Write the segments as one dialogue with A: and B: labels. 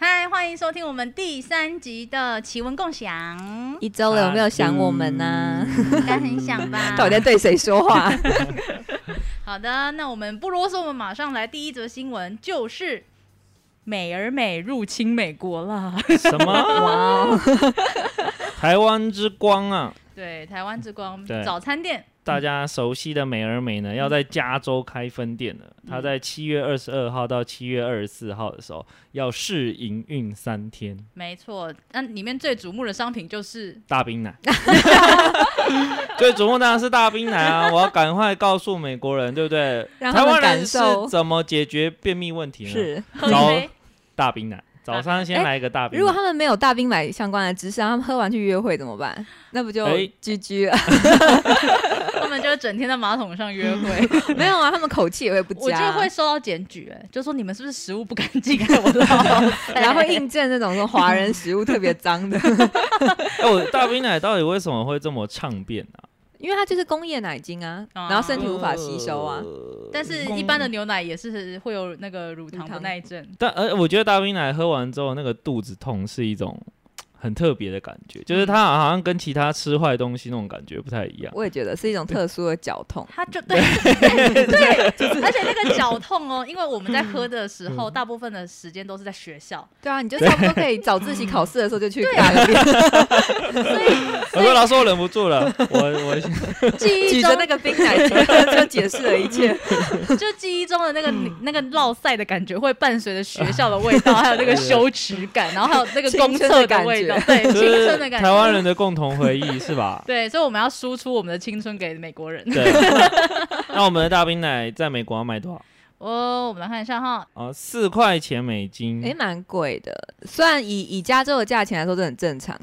A: 嗨，欢迎收听我们第三集的奇闻共享，
B: 一周了有没有想我们呢、？
A: 嗯应该很想吧
B: 嗯到底在对谁说 话？
A: 好的，那我们不啰嗦，我们马上来第一则新闻，就是美而美入侵美国啦。
C: 什么？
B: 哇，
C: 台湾之光啊！
A: 对，台湾之光
C: 对
A: 早餐店，
C: 大家熟悉的美而美呢，要在加州开分店了。它在七月二十二号到七月二十四号的时候要试营运三天。
A: 没错，那里面最瞩目的商品就是
C: 大冰奶， 最瞩目当然是大冰奶啊！我要赶快告诉美国人，对不对？
B: 让
C: 台
B: 他们
C: 湾人
B: 感
C: 是
B: 受
C: 怎么解决便秘问题呢？
B: 是。啊
A: 喝一
C: 早
A: 杯。
C: 大冰 奶，早上先来一个大冰
B: 哎如果
C: 奶。
B: 他们没有大冰奶相关的知识，他们喝完去约会怎么办？那不就
C: 哎
B: GG 了？
A: 他们就整天在马桶上约 会，
B: 没有啊，他们口气也会不
A: 我就
B: 佳，
A: 会受到检举、哎，就说你们是不是食物不干净啊？我 老，
B: 然后会印证那种说华人食物特别脏 的，
C: 哎、我大冰奶到底为什么会这么唱变啊？
B: 因为它就是工业奶精啊，
A: 哦
B: 然后身体无法吸收啊。
A: 但是一般的牛奶也是会有那个乳糖
B: 乳糖
A: 不耐症，
C: 但呃，我觉得大冰奶喝完之后，那个肚子痛是一种很特别的感
B: 嗯
C: 觉，就是它好像跟其他吃坏东西那种感觉不太 一样。
B: 我也觉得是一种特殊的绞痛。
A: 它就 对 对对，而且那个绞痛哦，因为我们在喝的时
C: 嗯
A: 候，大部分的时间都是在学校，
B: 对啊，你就差不多可以早自习考试的时候就去打个冰，
C: 我说老师，我哎忍不住了，我 我先
A: 记忆
B: 举
A: 中
B: 着那个冰奶瓶 就解释了一切。
A: 就记忆中的那个
C: 嗯
A: 那个落塞的感觉，会伴随着学校的味道，还有 那个羞耻感，然后还有那个公厕味道，对
C: 就
A: 青春
C: 是
A: 的感觉。？
C: 台湾人的共同回忆是吧
A: 对，所以我们要输出我们的青春给美国人。
C: 对。那我们的大冰奶在美国要卖多少？
A: 哦，我们来看一下哈，
C: 啊、四块钱美金。
B: 诶，蛮贵的。虽然以以加州的价钱来说，这很正常。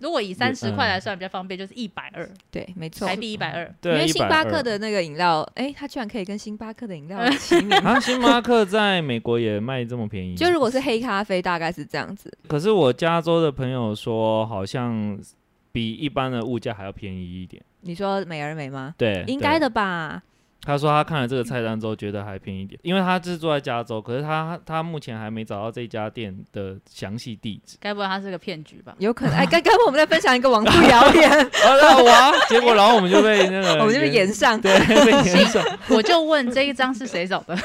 A: 如果以三
C: 嗯
A: 十块来算比较方便，就是一百二
B: 对，没错
A: 台。币一百二。
B: 因
C: 对，啊
B: 为星巴克
C: 120
B: 的那个饮料，诶，它居然可以跟星巴克的
A: 。
B: 饮料齐名。
C: 啊，星巴克在美国也卖这么便宜？
B: 就如果是黑咖啡，大概是这样子。
C: 可是我加州的朋友说，好像比一般的物价还要便宜一点。
B: 你说美而美吗？
C: 对，
B: 应该
C: 对。
B: 的吧。
C: 他说他看了这个菜单之后，觉得还便宜一点，因为他是住在加州，可是他他目前还没找到这家店的详细地 址
A: 该不会它是个骗局吧？
B: 有 可能，哎，刚刚我们在分享一个网络谣言，
C: 啊，那哇！结果然后我们就被那个，
B: 我们就被
C: 演，
B: 演上。
C: 对， 被演上。
A: 我就问这一张是谁找的？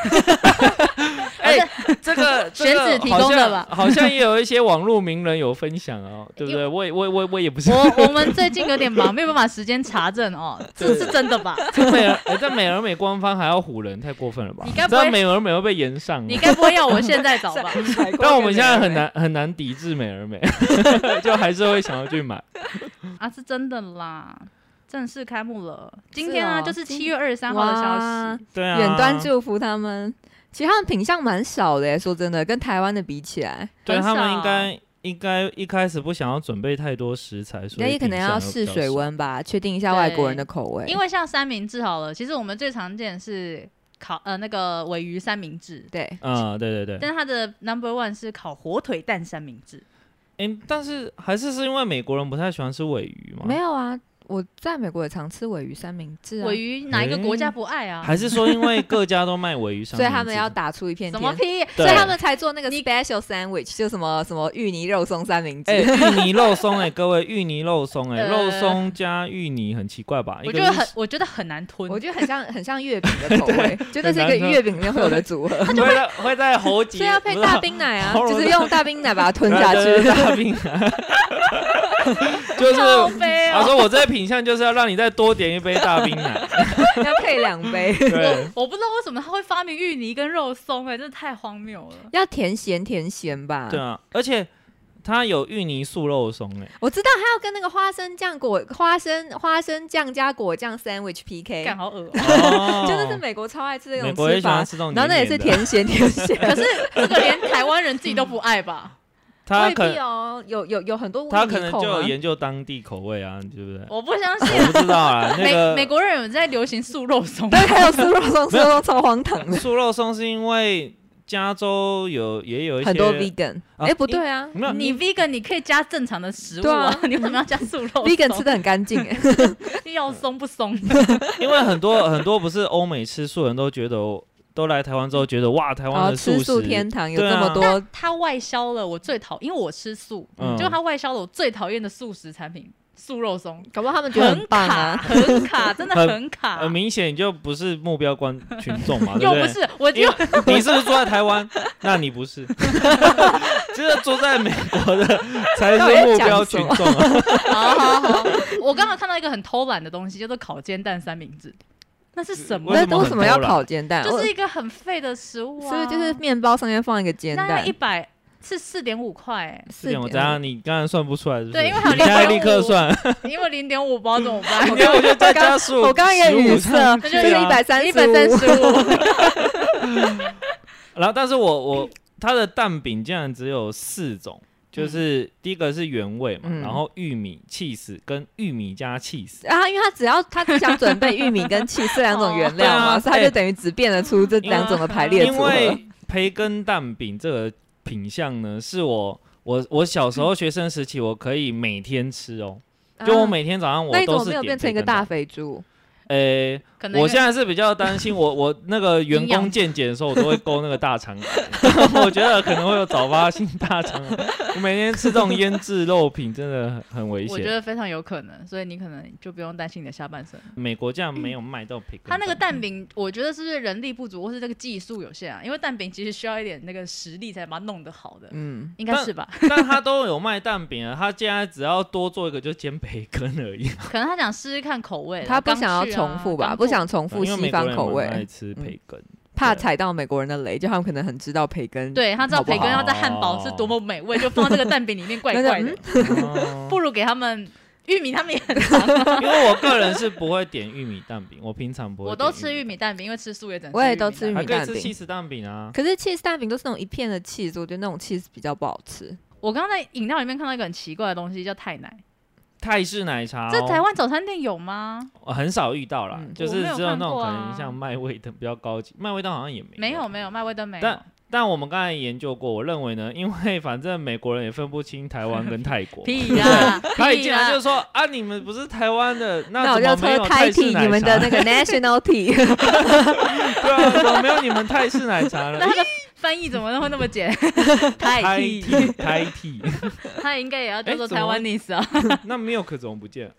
C: 哎，这个这个
A: 选址提供的吧
C: 好像好像也有一些网络名人有分享哦，对不对？我也我也我也我也不是。
A: 我我们最近有点忙，没有办法时间查证哦，这
C: 对
A: 是真的吧？
C: 这美而哎这美而美官方还要唬人，太过分了吧？
A: 你该不
C: 这
A: 会
C: 美啊而美会被延上哦？
A: 你该不会要我现在找 吧？
C: 但我们现在很难很难抵制美而美， 就还是会想要去买。
A: 啊，是真的啦，正式开幕了。今天啊，
B: 是哦
A: 就是
B: 今
A: 七月二 十三号的消
B: 哇
A: 息。
C: 对啊
B: 远端祝福他们。其实他们品相蛮少的耶，说真的，跟台湾的比起来，
C: 对
A: 很
C: 他们
A: 少
C: 应该应该一开始不想要准备太多食材，所
B: 那
C: 以
B: 也可能
C: 品相
B: 要
C: 又
B: 试
C: 比较
B: 水
C: 少。
B: 温吧，确定一下外国人的口味。
A: 因为像三明治好了，其实我们最常见是烤呃那个尾鱼三明治，
B: 对，
C: 嗯，对对对，
A: 但它的 number one 是烤火腿蛋三明治。
C: 哎，但是还是是因为美国人不太喜欢吃尾鱼嘛？
B: 没有啊，我在美国也常吃尾鱼三明治啊
A: 尾，鱼哪一个国家不爱啊？
C: 还是说因为各家都卖尾鱼商
B: 所
C: 品
B: 以
C: 质，
B: 他们要打出一片
A: 什么
B: 天。
A: 屁？
B: 所
C: 对
B: 以他们才做那个 special sandwich，就什么什么芋泥肉松三明
C: 哎，
B: 治，
C: 芋泥肉松哎，各位芋泥肉松哎，
A: 呃
C: 肉松加芋泥很奇怪吧？一
A: 我
C: 个
A: 觉得
C: 是
A: 很，我觉得很难吞
B: 我。觉得很像很像月饼的口 味，就那是一
C: 很
B: 个
C: 难喝
B: 月饼里面会有的 组合，
C: 会在会在喉结，
B: 所以要配
C: 不是啊
B: 大冰奶啊，
C: 喉咙
B: 就是用大冰奶把它吞
C: 对
B: 下
C: 对
B: 去
C: 对。大冰奶，就是啊
A: 靠背
C: 他
A: 哦，
C: 说我这品相就是要让你再多点一杯大冰 奶。
B: 要配两 杯，
C: 对，
A: 我不知道为什么他会发明芋泥跟肉松，哎，真的太荒谬了。
B: 要甜咸甜咸吧。
C: 对啊，而且它有芋泥素肉松 哎、
B: 我知道，还要跟那个花生酱果、花生花生酱加果酱 sandwich
A: 干
B: PK，
A: 好恶哦、
C: 哦
B: 真的是美国超爱吃这
C: 美
B: 种
C: 国也
B: 吃
C: 喜欢
B: 法。
C: 吃这种
B: 然
C: 黏黏
B: 后
C: 的，
B: 那也是甜咸甜咸，
A: 可是这个连台湾人自己都不爱吧？
C: 他
B: 未
C: 可
B: 必哦，有有有很多
C: 他
B: 问
C: 可
B: 题
C: 能
B: 控
C: 就有
B: 啊
C: 研究当地口味啊，对不对？
A: 我不相信
C: 我不知道 啊，那
A: 美
C: 个
A: 美国人有在流行素肉松吗，
B: 对，还有酥肉松，酥
C: 没有
B: 肉松超荒唐的，
C: 素肉松是因为加州有也 有一些
B: 很多 vegan。
C: 啊
B: 哎，不对啊
C: 没有
A: 你 vegan 你可以加正常的食物啊，你为什么要加素肉松
B: ，vegan 吃的很 干净哎。
A: 要松不松？
C: 因为很多很多不是欧美吃素人都觉得我，都来台湾之后觉得哇，台
B: 然
C: 湾
B: 后
C: 的
B: 哦吃
C: 素
B: 素
C: 食
B: 天堂有
C: 对
B: 这么
C: 啊
B: 多，
A: 它外销了我最讨，因为我吃素，
C: 嗯
A: 就它外销了我最讨厌的素食产品素肉松，
B: 搞不好他们觉得
A: 很
B: 很棒
A: 卡，
B: 啊。
A: 很卡，真的
C: 很
A: 很卡
C: 很。呃明显你就不是目标观群众 嘛，对
A: 又不
C: 对？
A: 是，我
C: 因
A: 就
C: 为你是不是住在台湾？ 那你不是，就是住在美国的才
B: 到底在
C: 是目标
B: 讲什
C: 群
B: 么
C: 众啊！
A: 好好好，我刚刚看到一个很偷懒的东西，叫做烤煎蛋三明治，那是什么
C: 为？
B: 那
C: 什么
B: 为
C: 很
B: 什么要
C: 偷懒
B: 烤煎蛋？
A: 就
B: 我
A: 是一个很废的食物
B: 是
A: 啊！
B: 不是就是面包上面放一个煎
A: 那
B: 蛋
A: 要一？百是四点五块，
C: 四点我怎样？你刚才算不出来是不是？
A: 对因为还有
C: 你现在立
A: 0.5
C: 刻算，
A: 因为零点五包怎 么办？
C: 因为我就再加数，
B: 我刚刚也语塞，
A: 那
B: 就
A: 就是
C: 对啊
B: 一百三
A: 一百 三
B: 十
A: 十五，
C: 然后，但是我 我它的蛋饼竟然只有四种，就是第一个是原味嘛，
B: 嗯
C: 然后玉米、cheese 跟玉米加 cheese。
B: 啊，因为他只要他只想准备玉米 跟气这两种原料
C: 哦
B: 嘛，所以他
C: 哎
B: 就等于只变得出这两种的排列
C: 因
B: 组合。
C: 为培根蛋饼这个品相呢，是我我我小时候学生时期，我可以每天吃哦，
B: 啊
C: 就我每天早上我
B: 那你怎
C: 都
B: 么
C: 是
B: 没有变
C: 点
B: 成
C: 培
B: 一个
C: 根
B: 大
C: 蛋。
B: 肥猪？
C: 诶，
A: 可能
C: 我现在是比较担心我，我那个员
A: 营养
C: 工健检的时候，我都会勾那个大肠 癌，我觉得可能会有早发性大肠癌。我每天吃这种腌制肉品，真的很很危
A: 我觉
C: 险。
A: 得非常有可能，所以你可能就不用担心你的下半身。
C: 美国这样没有卖到培根，
A: 嗯它那个蛋饼，我觉得是不是人力不足，或是这个技术有限啊？因为蛋饼其实需要一点那个实力才把它弄得好的，
B: 嗯，
A: 应该是吧？
C: 但他都有卖蛋饼啊，他现在只要多做一个就煎培根而已。
A: 可能他想试试看口味，
B: 他不
A: 刚
B: 想要
A: 去啊
B: 重复吧？
A: 刚
B: 不
A: 做
B: 想重复
C: 因为
B: 西
C: 美国
B: 方
C: 人
B: 口
C: 蛮爱
B: 味，
C: 吃培根，
B: 怕
C: 对啊
B: 踩到美国人的雷，就他们可能很知道培根。，
A: 对他知
B: 好
A: 道
B: 不
A: 培根
C: 好
A: 要在汉堡是多么美味，就放这个蛋饼里面怪
B: 那就
A: 怪的
B: 嗯，
C: 哦
A: 不如给他们玉米，他们也很常，
C: 因为我个人是不会点玉米蛋饼，我平常不会。
A: 我都吃玉，米蛋饼，因为吃素也整，
B: 我也都吃玉
A: 蛋
C: 还
B: 米
C: 可以
B: 蛋
C: 吃
B: 饼
C: cheese 蛋饼啊。
B: 可是 cheese 蛋饼都是那种一片的 cheese，我觉得那种 cheese 比较不好吃。
A: 我刚刚在饮料里面看到一个很奇怪的东西，叫泰奶，
C: 泰式奶茶、哦，
A: 这台湾早餐店有吗？
C: 我很少遇到啦，
B: 嗯
C: 就是
A: 我没有
C: 只有那
A: 看
C: 种
A: 过
C: 可
A: 啊
C: 能像麦味登比较高级，麦味登好像也没
A: 没有没有，麦味登没有
C: 但。但我们刚才研究过，我认为呢，因为反正美国人也分不清台湾跟泰 国，
A: 屁 啦！
C: 他一
A: 屁
C: 进来
A: 啦
C: 就说啊，你们不是台湾的，
B: 那我
C: 怎
B: 就
C: 么没有
B: 喝泰
C: 式
B: tea，
C: 奶茶？
B: 你们的那个 national tea，
C: 对啊，怎么没有你们泰式奶茶呢
A: 那？他的翻译怎么会那么简？
C: 泰
A: 泰体，
C: T 泰 T，
A: 他应该也要叫做
C: 哎怎么
A: 台湾 n e s 啊。
C: 那 milk 怎么不见？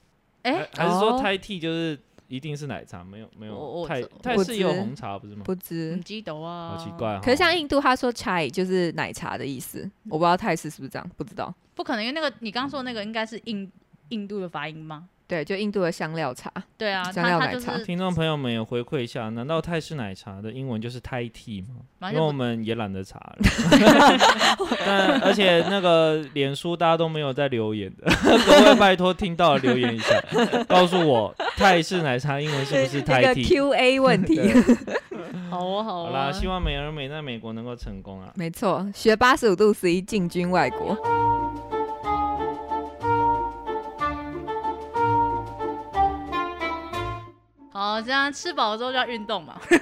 A: 哎，
C: 还还是说
B: 哦
C: 泰 T 就是一定是奶茶？没有没
A: 我
C: 有，
A: 我
C: 泰
A: 我
C: 泰
B: 不
C: 式也有
B: 知
C: 红茶不是吗？
B: 不知
A: 你。记得啊？
C: 好奇，怪嗯哦。
B: 可是像印度，他说 chai 就是奶茶的意思，我不知道泰式是不是这样，不知道。
A: 不可能，因为那个你刚刚说的那个应该是印印度的发音吗？
B: 对，就印度的香料茶，
A: 对啊，
B: 香料
A: 他他
B: 奶
A: 就
B: 茶
A: 是
C: 听众朋友们也回馈一下，难道泰式奶茶的英文就是 Thai tea 吗？
A: 马
C: 因为
B: 啊
A: 上就
C: 我们也懒得查 了。但而且那个脸书大家都没有在留言的， 各位拜托听到了留言一下，告诉我泰式奶茶英文是不是
B: 那
C: Thai
B: 个
C: tea？
B: Q A 问题。
A: 好哦
C: 好
A: 好哦。
C: 啦，希望美而美在美国能够成功啊！
B: 没错，学八十五度 C 进军外国。
A: 好，这样吃饱了之后就要运动嘛。
B: 哦
C: 你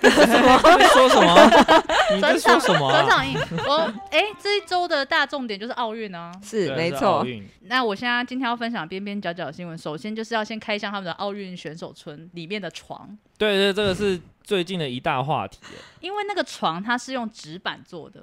C: 在说什么？啊你在
A: 转
C: 说
A: 场
C: 什么
A: 转
C: 啊？
A: 场运，我哎这一周的大重点就是奥运啊。
B: 是
C: 对
B: 没
C: 是
B: 错
C: 奥，运
A: 那我现在今天要分享边边角角的新闻，首先就是要先开箱他们的奥运选手村里面的床，
C: 对对，这个是最近的一大话题。
A: 因为那个床它是用纸板做的，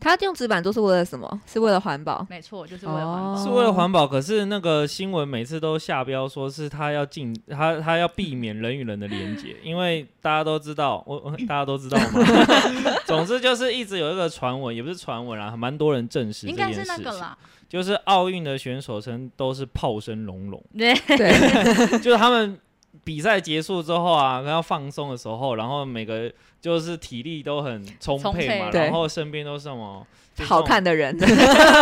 B: 他用纸板做是为了什么？是为了环 保。
A: 没错，就是为了环保。
B: 哦
C: 是为了环保，可是那个新闻每次都下标说是他要禁他他要避免人与人的连 接，因为大家都知道，我我大家都知道嘛。 总之就是一直有一个传闻，也不是传闻啊，蛮多人证实这
A: 应
C: 件
A: 该
C: 事
A: 是那
C: 情，
A: 个啦，
C: 就是奥运的选手称都是炮声隆 隆，
A: 对，
B: 对，
C: 就是他们。比赛结束之后啊，要放松的时候，然后每个就是体力都很充
A: 充
C: 沛嘛，
A: 沛
C: 然后身边都是什么就是那
B: 好
C: 种
B: 看的 人，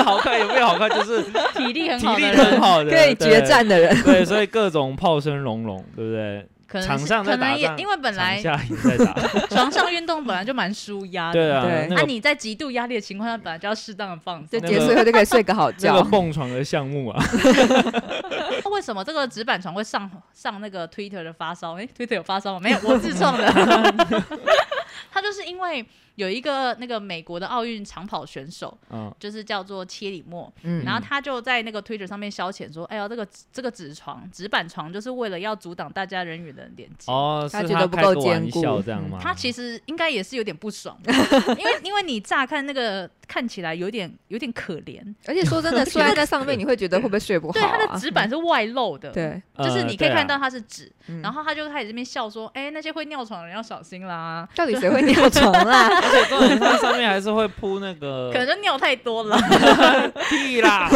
C: 好看有没有好看？就是
A: 体力 很
C: 体
A: 好的
C: 力很
A: 人，
C: 好的，
B: 可以
C: 对
B: 决战的人，
C: 对，所以各种炮声隆隆，对不对？
A: 可能
C: 场
A: 是
C: 上在
A: 可能
C: 打
A: 也
C: 仗
A: 因为本来
C: 场下赢在 打，
A: 床上运动本来就蛮舒压的，
C: 对啊，
B: 对
A: 那、
C: 那个
A: 你在极度压力的情况下，本来就要适当的放
B: 就
C: 那
A: 松。
B: 结
C: 个
B: 束以后就可以睡个好
C: 那
B: 觉
C: 个。蹦床的项目啊，
A: 那为什么这个纸板床会上上那个 Twitter 的发烧？诶 t w i t t e r 有发烧吗？没有，我自创的。 他就是因为有一个那个美国的奥运长跑选手，
C: 嗯，
A: 就是叫做切里莫，
B: 嗯
A: 然后他就在那个 Twitter 上面消遣说：“哎呦，这个这个纸床、纸板床就是为了要阻挡大家人与人的连接。
C: 哦，
B: 他
C: 是
B: 觉
C: 他
B: 得不
C: 开
B: 够
C: 个玩
B: 坚固
C: 笑这样吗？
A: 嗯他其实应该也是有点不爽，因为因为你乍看那个看起来有点有点可怜，
B: 而且说真的，睡在那上面，你会觉得会不会睡不好
A: 对，
B: 啊？
A: 它的纸板是外露的，，
B: 对，
A: 就是
C: 呃
A: 你可
C: 对
A: 以
C: 啊
A: 看到它是纸，
B: 嗯
A: 然后他就开始这边笑说：“哎、那些会尿床的人要小心啦，
B: 到底谁会尿床啊啦？
C: 而且重点是它上面还是会铺那个
A: 可能就尿太多了，
C: 呃屁啦，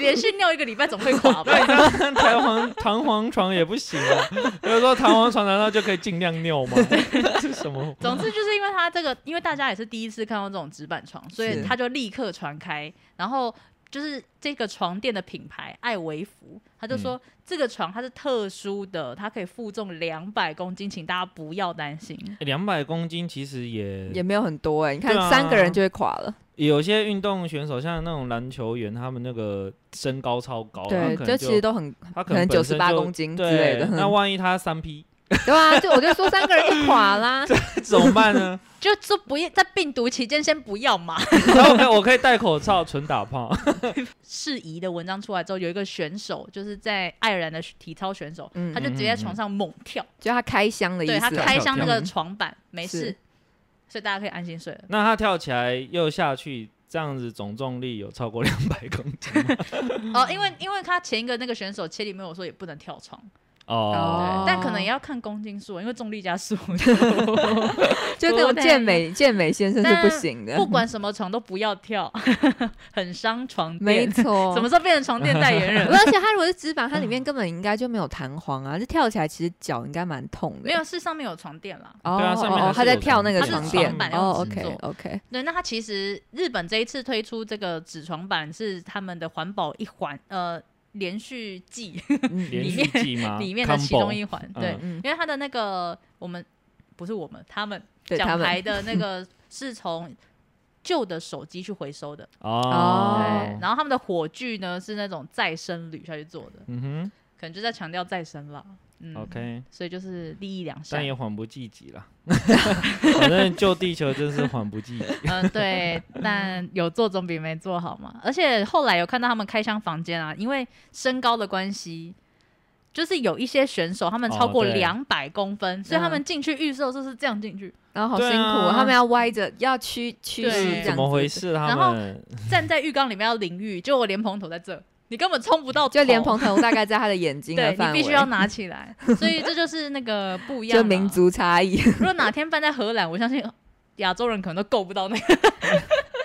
A: 连续尿一个礼拜总会 垮吧。
C: 弹簧弹簧床也不行啊。 就是说弹簧床难道就可以尽量尿 吗？这是什么”？
A: 总之就是因为他这个，因为大家也是第一次看到这种纸板床，所以
B: 是
A: 他就立刻传开，然后。就是这个床垫的品牌艾维芙，他就说、这个床它是特殊的，它可以负重两百公斤，请大家不要担心。
C: 两百公斤其实也
B: 也没有很多哎，你看
C: 对啊
B: 三个人就会垮了。
C: 有些运动选手，像那种篮球员，他们那个身高超高，哦他
B: 对，
C: 可
B: 就
C: 能
B: 其实都很
C: 他可
B: 可能
C: 本身
B: 98
C: 就
B: 公斤之
C: 对
B: 类的
C: 那万一他三 P
B: 对啊，就我就说三个人就垮啦。
C: 怎么办呢？
A: 就就不要在病毒期间先不要嘛。
C: 然后我可以我可以戴口罩，纯打炮。
A: 适宜的文章出来之后，有一个选手就是在爱尔兰的体操选手，
B: 嗯
A: 他就直接在床上猛跳，
B: 就他开箱的意思
A: 对
B: 啊。
A: 他开箱那
C: 跳
A: 个
C: 跳
A: 床板，没事
B: 是，
A: 所以大家可以安心睡了。
C: 那他跳起来又下去，这样子总重力有超过两百公斤吗？
A: 哦，因为因为他前一个那个选手切里面有说也不能跳床，对
C: 哦，
B: 哦
A: 但可能也要看公斤数，啊因为重力加 速，
B: 就那
A: 我
B: 种
A: 得
B: 健美健美先生是不行的
A: 不，管什么床都不要跳，很伤床
B: 没
A: 垫。
B: 错。
A: 什么时候变成床垫代言 人
B: 不？而且它如果是纸板，它里面根本应该就没有弹簧啊，就跳起来其实脚应该蛮痛的。
A: 没有，是上面有床垫啦。
B: 哦
C: 对啊上面还
B: 哦，
C: 是
B: 他在
C: 有
B: 跳那个
A: 它是
B: 床
A: 床
B: 垫
A: 板
B: 哦
A: 要制
B: ，OK
A: 作
B: OK，
A: 对，那它其实日本这一次推出这个纸床板是他们的环保一环，呃，连续季
C: 连
A: 里
C: 续
A: 面
C: 技吗？
A: 里面的其中一
C: 啊 Combo
A: 环。对，
B: 嗯，
A: 因为它的那个我们不是我们，他们
B: 对他
A: 奖牌
B: 们
A: 的那个是从旧的手机去回收的，对
C: 哦，。
A: 然后他们的火炬呢是那种再生铝下去做的，
C: 嗯
A: 可能就在强调再生啦。嗯
C: 哼，OK，
A: 所以就是利益两
C: 但
A: 善。
C: 也缓不济急 啦。反正救地球真是缓不济急。
A: 嗯，对，但有做总比没做好嘛。而且后来有看到他们开箱房间啊，因为身高的关系，就是有一些选手他们超
C: 哦
A: 过
C: 对
A: 两百公分，所以他
B: 嗯
A: 们进去预售就是这样进去，
B: 然后好
C: 对
B: 辛苦哦，
C: 啊
B: 他们要歪着，要屈屈膝
A: 对
B: 这样子，
C: 怎么回？事？他
A: 然后
C: 们
A: 站在浴缸里面要淋浴，就我莲蓬头在这，你根本冲不到头，
B: 就莲蓬头大概在他的眼睛的
A: 对
B: 范
A: 你
B: 围，
A: 必须要拿起来，所以这就是那个不一样。
B: 就民，族差异，
A: 如果哪天搬在荷兰，我相信亚洲人可能都够不到那个。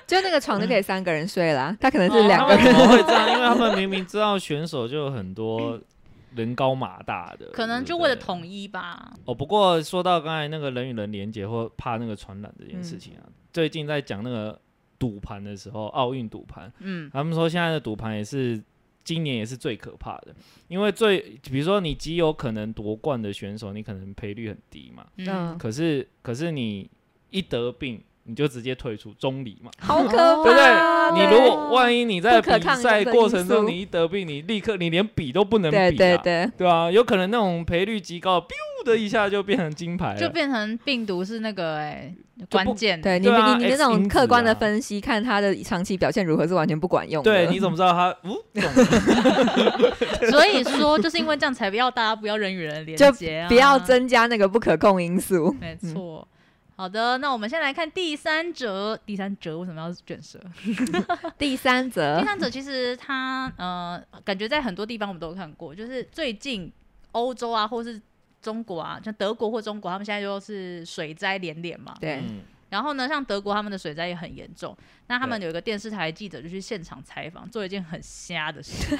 B: 就那个床就可以三个人睡啦，他可能是
A: 哦
B: 两
C: 他
B: 个
C: 们怎
B: 人
C: 么会这样？因为他们明明知道选手就有很多 人高马大的，
A: 可能 就
C: 对不
A: 为了
C: 对
A: 统一吧。
C: 哦。不过说到刚才那个人与人连接或怕那个传染这
B: 嗯
C: 件事情啊，最近在讲那个赌盘的时候，奥运赌盘，
A: 嗯，
C: 他们说现在的赌盘也是今年也是最可怕的，因为最比如说你极有可能夺冠的选手，你可能赔率很低嘛，
A: 嗯，
B: 嗯
C: 可是可是你一得病你就直接退出中离嘛。
B: 好可
C: 对不对
B: 怕，哦
C: 你如果万一你在
B: 不可
C: 比
B: 抗力
C: 赛
B: 的
C: 过
B: 因
C: 程
B: 素
C: 中你一得病，你立刻你连比都不能比、啊，
B: 对对对，
C: 对啊，有可能那种赔率极高，biu 的一下就变成金牌了，
A: 就变成病毒是那个哎、
C: 不
A: 关键的。
B: 对你
C: 对啊
B: 你你
C: X
B: 那种
C: 因
B: 客
C: 子
B: 观的
C: 啊
B: 分析，看他的长期表现如何是完全不管用的。
C: 对，你怎么知道他？呜、
A: 所以说，就是因为这样才不要大家不要人与人连
B: 就
A: 接、啊，
B: 不要。嗯增加那个不可控因 素。
A: 没错。好的，那我们先来看第三者。第三者为什么要卷舌？
B: 第三则
A: 第，三者其实他呃，感觉在很多地方我们都有看过，就是最近欧洲啊，或是中国啊，像德国或中国，他们现在就是水灾连连嘛。
B: 对，
C: 嗯，
A: 然后呢，像德国他们的水灾也很严重，那他们
C: 对
A: 有一个电视台记者就去现场采访，做一件很瞎的 事，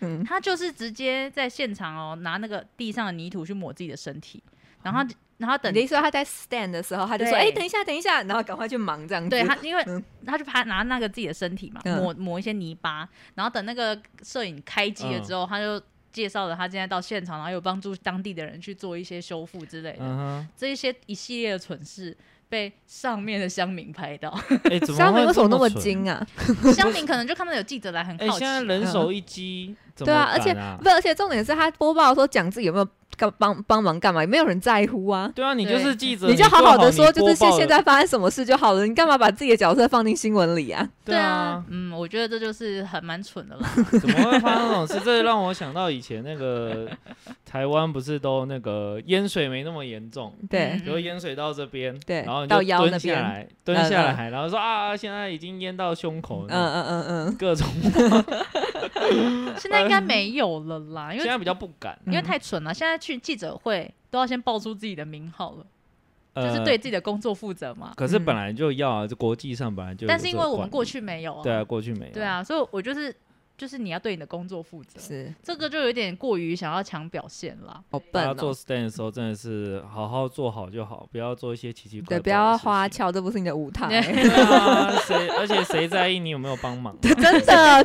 B: 嗯，
A: 他就是直接在现场哦，拿那个地上的泥土去抹自己的身体，
C: 嗯
A: 然后他然后他
B: 你
A: 等
B: 的意思说他在 stand 的时候，他就说：“
A: 对
B: 哎，等一下，等一下。”然后赶快去忙这样子。
A: 对他，因为
B: 嗯
A: 他就爬拿那个自己的身体嘛，
C: 嗯
B: 嗯
A: 抹抹一些泥巴，然后等那个摄影开机了之后，他就介绍了他今天到现场，然后有帮助当地的人去做一些修复之类的，
C: 嗯
A: 这一些一系列的蠢事被上面的乡民拍 到，
C: 哼，哎、怎么
B: 香民为什么那么
C: 蠢？
B: 精啊？
A: 乡民可能就看到有记者来，很
C: 哎、
A: 好奇啊
C: 现在人手一机、怎么
B: 对啊，而且
C: 敢啊
B: 不，而且重点是他播报说讲自己有没有干帮帮忙干嘛，也没有人在乎啊。
C: 对啊，你
A: 对
C: 就是记者，
B: 你就好
C: 好
B: 好的
C: 你
B: 说，就是
C: 播
B: 现
C: 报
B: 现
C: 了
B: 在发生什么事就好了，你干嘛把自己的角色放进新闻里啊？
C: 对啊，
A: 嗯，我觉得这就是很蛮 蠢的啦。
C: 怎么会发生这种事？ 这让我想到以前那个台湾不是都那个淹水没那么严重，
B: 对
A: 嗯
C: 比如淹水到这边，
B: 对
C: 然后你
B: 到
C: 就
B: 腰
C: 蹲
B: 那
C: 下
B: 边
C: 来，蹲
B: 嗯
C: 下
B: 嗯
C: 来，然后说啊，现在已经淹到胸口
B: 嗯
C: 了，
B: 嗯嗯嗯，
C: 各种
A: 现在应该没有了啦，因
C: 现
A: 为
C: 在比较嗯不敢，
A: 因为太蠢了，现在去记者会都要先报出自己的名号了，就是
C: 呃
A: 对。自己的工作负责嘛。
C: 可是
B: 嗯
C: 本来就要啊，这国际上本来就有这个惯例，
A: 但是因为我们过去没有啊，
C: 对啊，过去没有，
A: 对，啊，所以我就是就是你要对你的工作负责，
B: 是
A: 这个就有点过于想要强表现啦。
B: 好
C: 大
B: 笨
C: 家
B: 哦。
C: 做 stand 的时候真的是好好做好就好，不要做一些奇奇怪怪的
B: 对，
C: 事情，
B: 不要花俏，这不是你的舞台。
C: 对 啊，谁而且谁在意你有没有帮忙啊？
B: 真 的，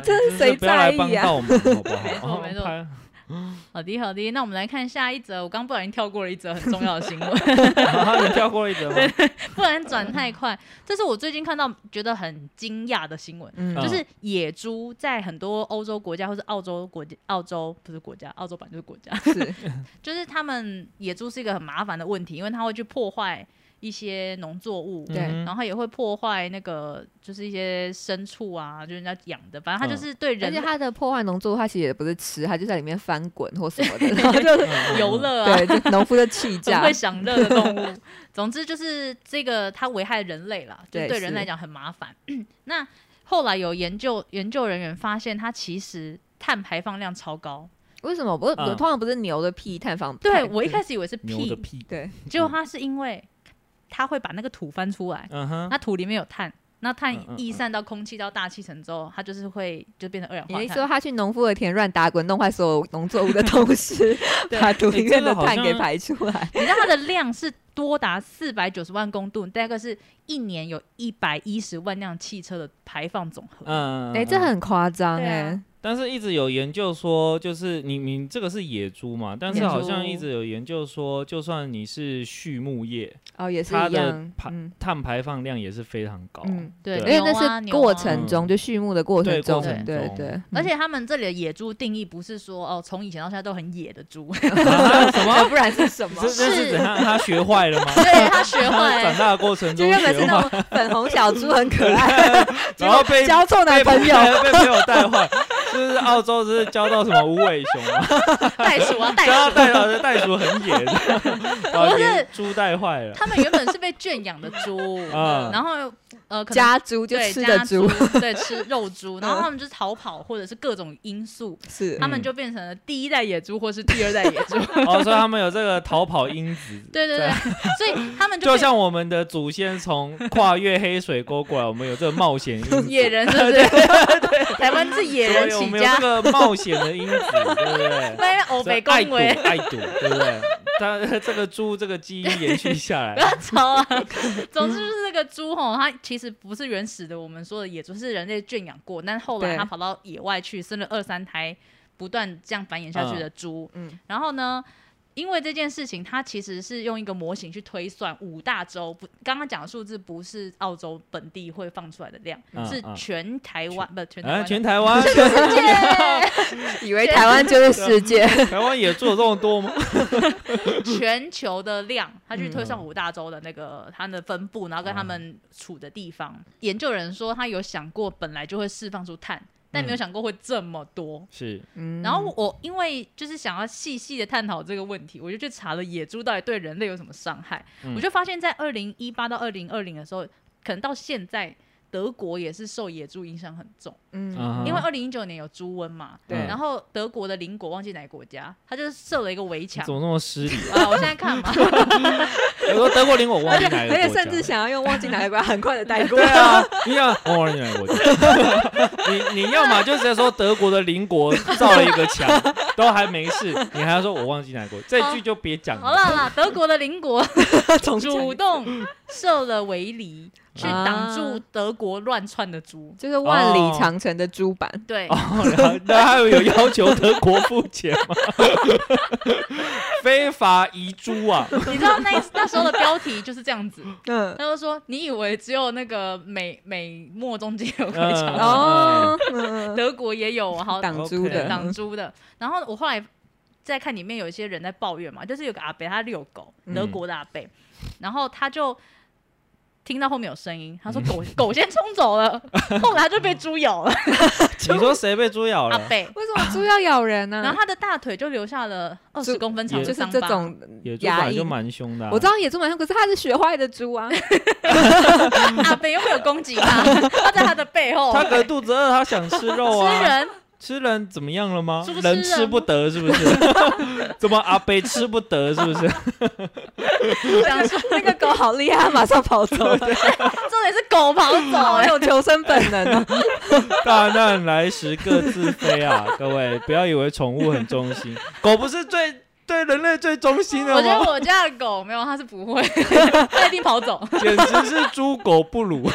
C: 就
B: 这
C: 是
B: 是谁
C: 不要
B: 在
C: 来帮
B: 意啊？
C: 到我们好不
A: 没错
C: 好？
A: 没错
C: 拍
A: 好的好的，那我们来看下一则，我刚不小心跳过了一则很重要的新闻，
C: 啊，你跳过一则吗？
A: 不然转太快。这是我最近看到觉得很惊讶的新闻。
B: 嗯
C: 啊
A: 就是野猪在很多欧洲国家或是澳洲国家，澳洲不是国家，澳洲版就是国家，
B: 是，
A: 就是他们野猪是一个很麻烦的问题，因为它会去破坏一些农作物，
B: 对
C: 嗯
A: 然后也会破坏那个就是一些牲畜啊，就是人家养的，反
B: 嗯
A: 正它就是对
B: 而
A: 人
B: 且
A: 类
B: 他的破坏农作物，他其实也不是吃，他就在里面翻滚或什么的， 然后
C: 嗯
B: 就
A: 游，乐啊，
B: 对，就农夫的 气
A: 很
B: 价
A: 会。享乐的动物。总之就是这个它危害人类啦，就是
B: 对
A: 对人
B: 是
A: 来讲很麻烦。 那后来有研究研究人员发现，它其实碳排放量超高。
B: 为什么不是？
C: 嗯
B: 通常不是牛的屁探访？
A: 对我一
B: 始
A: 开始以为是
C: 牛的
A: 屁，
C: 屁，
B: 对，
A: 结果它是因为它会把那个土翻出来，
C: 嗯哼，
B: 啊
A: 那土里面有碳，那碳
C: 嗯嗯嗯
A: 逸散到空气到大气层之后，它就是会就变成二氧
B: 你
A: 化
B: 的意思
A: 碳。
B: 说他去农夫的田乱打滚，弄坏所有农作物的 同时，把土里面的碳给排出来，
A: 你知道它的量是多达四百九十万公吨，大概是一年有一百一十万辆汽车的排放总和。
C: 嗯，
B: 哎，这
C: 嗯，嗯
B: 很夸张
A: 对啊
B: 哎。
C: 但是一直有研究说，就是你你这个是野猪嘛，但是
A: 野
C: 好像
A: 猪
C: 一直有研究说，就算你是畜牧业，
B: 哦，也是
C: 它
B: 一
C: 的
B: 样，
C: 排
B: 嗯
C: 碳排放量也是非常高，
B: 嗯，
A: 对，
C: 对
B: 因为
A: 牛啊
B: 那是
A: 牛啊
B: 过程嗯中，
C: 嗯
B: 就畜牧的过
C: 对
B: 程
C: 过
B: 中
A: 程，
B: 对
C: 中嗯
B: 对，
A: 而且他们这里的野猪定义不是说哦，从以前到现在都很野 的猪，
C: 啊什
B: 要
C: 么？
B: 不然是什么
C: 这？这是
A: 是
C: 怎样？他学坏了吗？
A: 对他学
C: 他
A: 坏
C: 长
A: 了，
C: 大的过程
B: 就
C: 中
B: 原本
C: 学
B: 是那
C: 坏，
B: 种粉红小猪很可爱，
C: 然后被
B: 交错男
C: 被
B: 朋友，
C: 被朋友带坏，就是澳洲是交到什么无尾熊吗？
A: 袋鼠啊，袋
C: 然后
A: 鼠。
C: 袋鼠袋鼠很野的，然后连猪带坏了。
A: 他们原本是被圈养的猪，
C: 啊
A: 嗯然后呃，可能
B: 家猪就
A: 对
B: 吃
A: 家
B: 的猪，，
A: 对吃肉猪，
C: 嗯
A: 然后他们就是逃跑或者是各种因素，
B: 是
A: 他们就变成了第一代野猪或是第二代野 猪，
C: 哦，所以他们有这个逃跑因子。
A: 对对对， 所以他们
C: 就
A: 变
C: 像我们的祖先从跨越黑水沟过来，我们有这个冒险因子。
A: 野人是不是？ 台湾是野人
C: 对我
A: 起
C: 们有
A: 家
C: 这，个冒险的因子，对不对？
A: 那边欧北哎
C: 所以爱
A: 恭
C: 赌，
A: 维，
C: 爱赌，对不对？它 这个猪这个基因延续下
A: 不
C: 来，
A: 要吵啊！总之就是那个猪吼，它其实不是原始的我们说的野猪，是人类圈养过，但后来
B: 对
A: 它跑到野外去，生了二三胎，不断这样繁衍下去的猪。
B: 嗯，
A: 然后呢，因为这件事情，它其实是用一个模型去推算五大洲，不，刚刚讲的数字不是澳洲本地会放出来的量，
C: 嗯
A: 是
C: 嗯
A: 全台湾不全台湾
C: 啊，
A: 的
C: 全台湾，
B: 以为台湾就是世界，
C: 台湾野猪有这么多吗？
A: 全球的量，他去推算
C: 嗯
A: 五大洲的那个它的分布，然后跟他们处的地方。研究人说，他有想过本来就会释放出碳，但
C: 嗯
A: 没有想过会这么多。
C: 是，
B: 嗯
A: 然后我因为就是想要细细的探讨这个问题，我就去查了野猪到底对人类有什么伤害。
C: 嗯
A: 我就发现，在二零一八到二零二零的时候，可能到现在。德国也是受野猪影响很重，
C: 嗯
B: 嗯，
A: 因为二零一九年有猪瘟嘛，
C: 对
A: 然后德国的邻国忘记哪个国家，他就设了一个围墙
C: 怎么那么失礼？
A: 啊，我现在看嘛，
C: 我说德国领我忘记哪个国
B: 而
C: 家
B: 且啊甚至
C: 了。
B: 想要用忘记哪个国家，很快的带过
C: 对。啊，你要我忘记 哪个国家？你你要么就直接说德国的邻国造了一个墙，都还没事，你还要说我忘记哪国，这句就别讲
A: 好啦 啦，德国的邻国
B: 重讲啊
A: 主动设了围篱，去挡住德国乱窜的猪。
B: 就是万里
C: 哦
B: 长城的猪版，
A: 对，
C: 哦， 然后那还有有要求德国付钱吗？ 非法遗珠啊！
A: 你知道那那时候的标题就是这样子，
B: 嗯
A: 他，就说：“你以为只有那个美美墨中间有围
C: 嗯
A: 墙，
C: 然后
B: 哦，嗯
A: 德国也有啊，好
B: 挡猪
C: OK
A: 对
B: 的，
A: 挡猪的。”然后我后来在看里面有一些人在抱怨嘛，就是有个阿伯他遛狗，
B: 嗯
A: 德国的阿伯，然后他就。听到后面有声音，他
B: 嗯
A: 说狗、狗先冲走了， 后来他就被猪咬了，
C: 你说谁被猪咬
A: 阿
C: 了？
A: 贝，
B: 为什么猪要咬人呢、
A: 然后他的大腿就留下了二十
B: 就
A: 公分长
C: 也
A: 的
B: 就是
A: 伤
B: 这
A: 疤。
B: 种
C: 野猪本
B: 牙
C: 来
B: 印
C: 就。蛮凶的啊、
B: 我知道野猪蛮凶，可是它是学坏的猪 啊，
A: 阿北啊又没有攻击他，他在他的背 后
C: 他可能肚子饿，他想吃肉啊。
A: 吃 人，
C: 吃人怎么样了吗
A: 是不？是啊
C: 人吃不得是不 是？怎么阿北吃不得是不是？
A: 想说
B: 那个狗好厉害，它马上跑走了，
A: 重点是狗跑走
B: 好
A: 哎、
B: 有求生本能 啊！
C: 大难来时各自飞啊！ 各位不要以为宠物很忠心，狗不是最对人类最忠心
A: 我
C: 的
A: 觉
C: 吗？
A: 得我家的狗没有，它是不会， 它一定 跑走。
C: 简直是猪狗不如。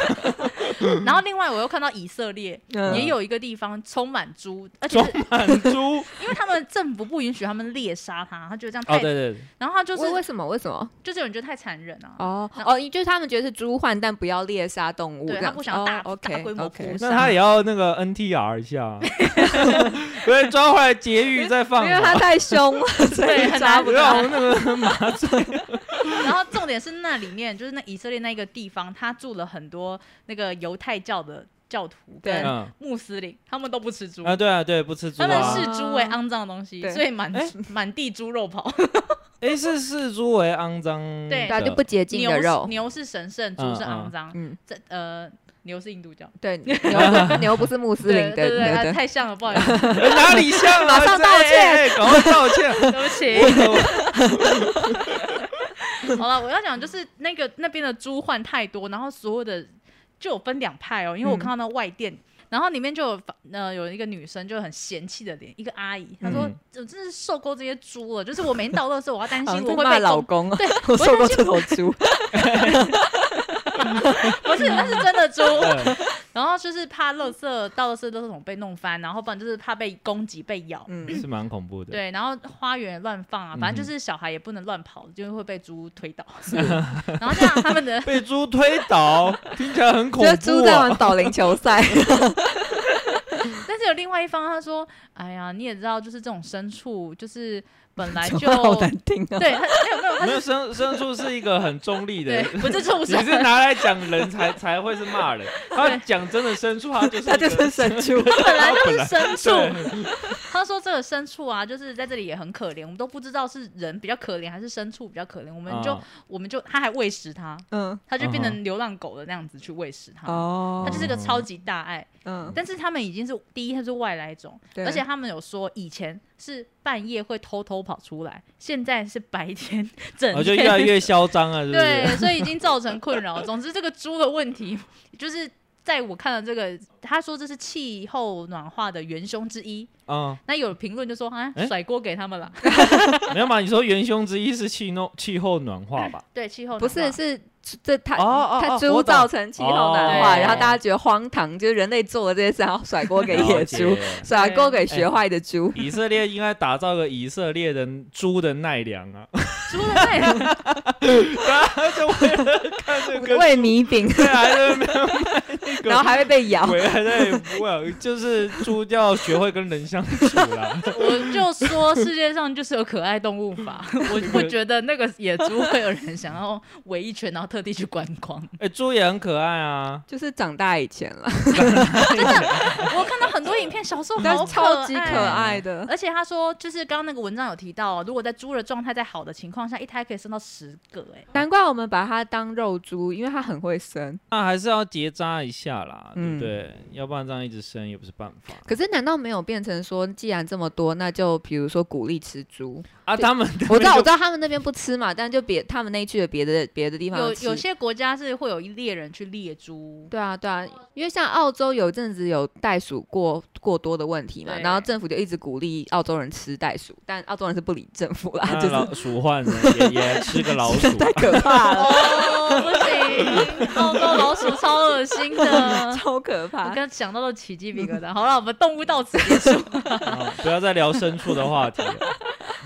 A: 然后另外我又看到以色列
B: 嗯
A: 也有一个地方充满猪，而且是
C: 满猪
A: 因为他们政府不允许他们猎杀它，他觉得这样
C: 哦，
A: 太，
C: 对对对，
A: 然后他就
B: 为为
A: 是
B: 什么？为什么？
A: 就是有人觉得太残忍啊，
B: 哦哦，就是他们觉得是猪患，但不要猎杀动物，
A: 对
B: 这样
A: 他不想大
B: 哦、
A: 大
B: OK
A: 规模
B: OK，
A: 屠
C: 那他也要那个 NTR 一下啊，不然抓回来劫狱再放
B: 因为它
C: 啊。
B: 太凶了，所
A: 对
B: 以
A: 很
B: 抓
A: 难
B: 不
C: 不
B: 到。
C: 要那个麻醉，
A: 然后重点是那里面就是那以色列那个地方，他住了很多那个犹太教的教徒
B: 对
A: 跟
C: 嗯
A: 穆斯林，他们都不吃猪。
C: 啊，对啊，对，不吃猪
A: 他
C: 啊。
A: 们
B: 哇
A: 视猪为肮脏的东西，
B: 对
A: 所以满
C: 哎
A: 满地猪 肉跑。
C: 哎，是视猪为肮脏的，
A: 对
B: 对啊，就不洁净
A: 牛
B: 的
A: 是
B: 肉。
A: 牛是神圣，猪是肮脏。
B: 嗯，
A: 这呃，牛是印度教。
B: 对，牛牛不是 穆斯林
A: 对
B: 的，
A: 对对，
B: 对
A: 啊太像了，不好意 思，
C: 哎 哪里像啊？
B: 马上
C: 这
B: 道歉
C: 哎哎赶快道 歉。
A: 对不起。好了，我要讲就是那个那边的猪患太多，然后所有的就有分两派哦，因为我
B: 嗯
A: 看到那外店。然后里面就有呃有一个女生就很嫌弃的脸，一个阿姨，她说：“
C: 嗯
A: 我真是受够这些猪了，就是我每天到垃圾，我要担
B: 好
A: 心
B: 像在
A: 我会
B: 骂
A: 被
B: 老
A: 公
B: 公啊，
A: 对，
B: 我受过这头猪，
A: 不是，那是真 的猪。
C: 对
A: 然后就是怕垃圾到垃圾垃圾桶被弄翻，然后不然就是怕被攻击被咬。
B: 嗯，
C: 是蛮恐怖的。
A: 对，然后花园乱放啊，反正
C: 嗯哼
A: 就是小孩也不能乱跑，就会被猪推倒。 然后这样他们的
C: 被猪推倒，听起来很恐
B: 觉得猪
C: 怖
B: 在
C: 啊
B: 玩！保龄球 赛，
A: 但是有另外一方，他说：“哎呀，你也知道，就是这种牲畜，就是本来 就
B: 讲话好难听啊。
A: 对，他哎没有没有，他
C: 没有
A: 是
C: 牲牲畜是一个很中立的
A: 对，，不是畜
C: 你
A: 生，
C: 是拿来讲人才才会是骂 人。他讲真的牲畜，他就是
B: 他就
C: 一个
B: 是神 猪，
A: 他 本来就是牲
C: 对
A: 畜。”他说：“这个牲畜啊，就是在这里也很可怜，我们都不知道是人比较可怜还是牲畜比较可怜，我们就、
C: 啊
A: 我们就他还喂食它。”
B: 嗯，
A: 他就变
C: 嗯
A: 成流浪狗的那样子去喂食它。
B: 哦，
A: 他就是个超级大爱，
B: 嗯，
A: 但是他们已经是第一，他是外来种，
B: 对
A: 而且他们有说以前是半夜会偷偷跑出来，现在是白天整
C: 我哦
A: 天，
C: 就越 来越嚣张啊了，是不
A: 对
C: 是？，
A: 所以已经造成困扰。总之，这个猪的问题就是在我看了这个，他说这是气候暖化的元凶之一。
C: 嗯，
A: 那有评论就说啊，
C: 诶
A: 甩锅给他们了，
C: 没有嘛？你说元凶之一是气诺气候暖化吧？
A: 对，气候
B: 不
A: 暖化
B: 是是这它
C: 哦哦
B: 它
C: 哦
B: 猪
C: 我懂
B: 造成气候暖化，
A: 哦
B: 然后大家觉得荒唐，就是人类做了这些事，然后甩锅 给野
C: 了
B: 猪，
C: 解哎
B: 甩锅给学坏的猪。
C: 以色列应该打造个以色列的猪的奈良啊！
A: 猪的奈良
C: 他就为了看这个，
B: 喂米饼，
C: 对，还是没有卖那个
B: 然后还会被咬。
C: 回来那也不会，就是猪要学会跟人相处 啦。
A: 我就说世界上就是有可爱动物法，我不觉得那个野猪会有人想要围一圈，然后特地去观光。
C: 哎、猪也很可爱啊，
B: 就是长大以前了，
A: 真的， 我看到很多影片，小时候
B: 但
A: 好
B: 是
A: 可
B: 超级可
A: 爱。
B: 爱的，
A: 哦而且他说，就是刚刚那个文章有提到，如果在猪的状态在好的情况下，一胎可以生到十个、哎，
B: 难怪我们把它当肉猪，因为它很会生。
C: 那还是要结扎一下啦，对
B: 嗯
C: 不对？要不然这样一直生也不是办法。
B: 可是难道没有变成说，既然这么多，那就比如说鼓励吃 猪？
C: 啊，他们
B: 我知道，我知道他们那边不吃嘛，但就别他们那一区的别的别的地方
A: 有
B: 吃
A: 有些国家是会有一猎人去猎猪，
B: 对啊，对啊，因为像澳洲有一阵子有袋鼠过过多的问题嘛，
A: 对
B: 然后政府就一直鼓励澳洲人吃袋鼠，但澳洲人是不理政府啦，
C: 那
B: 啊 就
C: 啊老
B: 是
C: 鼠患了，也也吃个老 鼠，
B: 太可怕了，
A: 哦， 不行，澳洲老鼠超恶心 的。
B: 超可
A: 我
B: 怕。
A: 刚想到都起鸡皮疙瘩。好了，我们动物到此结束。
C: 啊不要再聊深处的话题了。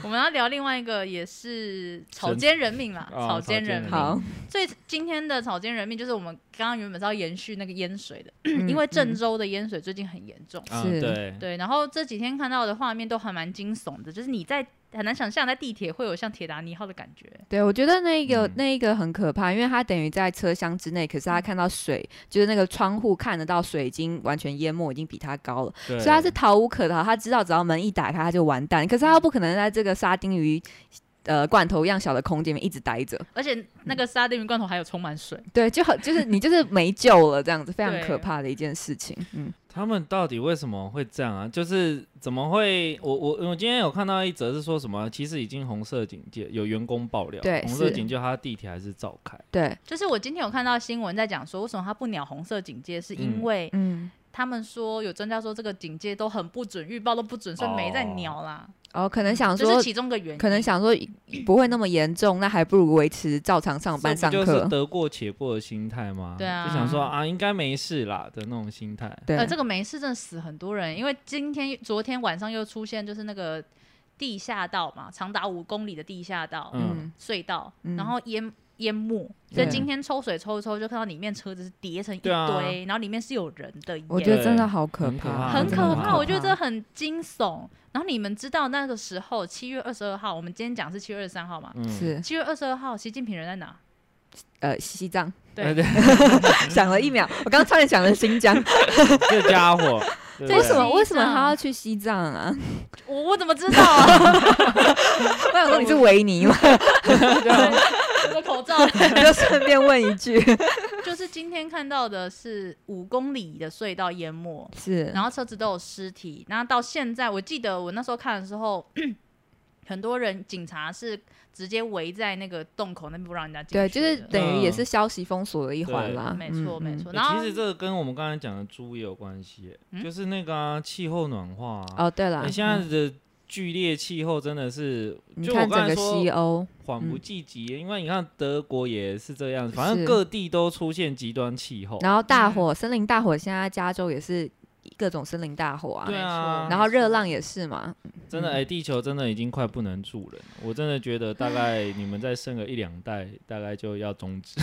A: 我们要聊另外一个，也是草
C: 神
A: 菅人命啦，
C: 哦
A: 草菅
C: 草菅
A: 人
C: 人
A: 命。
B: 好，
A: 所以今天的草菅人命，就是我们刚刚原本是要延续那个淹水的，
B: 因
A: 因为郑州的淹水最近很严重。
C: 啊，
B: 是
C: 对，
A: 对，然后这几天看到的画面都还蛮惊悚的，就是你在很难想象在地铁会有像铁达尼号的感觉。
B: 对，我觉得那个、
C: 嗯
B: 那个很可怕，因为他等于在车厢之内，可是
A: 嗯
B: 他看到水，就是那个窗户看得到水已经完全淹没，已经比他高了，
C: 对
B: 所以他是逃无可逃。他知道只要门一打开他就完蛋，可是他又不可能在这个沙丁鱼呃罐头一样小的空间里面一直待着，
A: 而且那个沙丁鱼罐头还有充满水，
B: 对，就很就是你就是没救了这样子，非常
A: 对
B: 可怕的一件事情。嗯，
C: 他们到底为什么会这样啊？就是怎么会？我我我今天有看到一则是说什么，其实已经红色警戒，有员工爆料，
B: 对
C: 红色
B: 是
C: 警戒，他地铁还是照开。
B: 对，
A: 就是我今天有看到新闻在讲说，为什么他不鸟红色警戒，是因为
B: 嗯，
A: 他们说有专家说这个警戒都很不准，预报都不准，所以没在鸟啦。
B: 哦，可能想
A: 这
B: 说
A: 是，其中一个原因，
B: 可能想说不会那么严重，那还不如维持照常上班
C: 这
B: 上
C: 不就是
B: 课。
C: 得过且过的心态吗？
A: 对啊
C: 就想说啊，应该没事啦的那种心态。
B: 对，
A: 呃，这个没事，真的死很多人，因为今天、昨天晚上又出现就是那个地下道嘛，长达五公里的地下道、
C: 嗯，
A: 隧道，
B: 嗯
A: 然后淹淹没。所
B: 对
A: 以今天抽水抽一抽，就看到里面车子是叠成一堆，
C: 对啊
A: 然后里面是有人的耶，
B: 我觉得真的
C: 对
B: 好可
C: 很可
B: 怕，
C: 怕
A: 很
C: 真
A: 可
C: 的
A: 怕，
C: 很
A: 我觉得这很惊悚。然后你们知道那个时候，七月二十二号，我们今天讲是七月二十三号嘛？
C: 嗯，
B: 是
A: 七月二十二号，习近平人在哪？
B: 呃西藏，
C: 哎对，
A: 对，
B: 想了一秒，我刚刚差点想了新疆，
C: 这家伙， 对不
A: 对
B: 为什
C: 对
B: 么为什么
A: 西藏
B: 他要去西藏啊？
A: 我我怎么知道啊？
B: 我想说你是维尼吗？
A: 我的口罩。
B: 就顺便问一 句，
A: 就是今天看到的是五公里的隧道淹没，
B: 是
A: 然后车子都有尸体。那到现在，我记得我那时候看的时候，很多人警察是直接围在那个洞口那边不让人家进去
B: 对，
A: 的。
B: 就是等于也是
C: 嗯
B: 消息封锁的一环啦，
A: 没
B: 嗯
A: 错没。
B: 嗯
A: 错。然
C: 欸
A: 后
C: 其实这个跟我们刚才讲的猪也有关系耶、
A: 嗯
C: 就是那个啊，气候暖化、啊。
B: 哦，对了
C: 欸，现在的剧烈气候真的是，
B: 你
C: 就我
B: 看
C: 刚
B: 整
C: 才
B: 个
C: 说
B: 西欧，
C: 缓不
B: 嗯
C: 济急，因为你看德国也是这样，反
B: 是
C: 正各地都出现极端气候。
B: 然后大
A: 嗯
B: 火，森林大火，现在加州也是各种森林大火啊
C: 对，啊，
B: 然后热浪也 是嘛，
C: 真
B: 嗯
C: 的哎、地球真的已经快不能住了。我真的觉得大概你们再剩个一两代，大概就要终 止。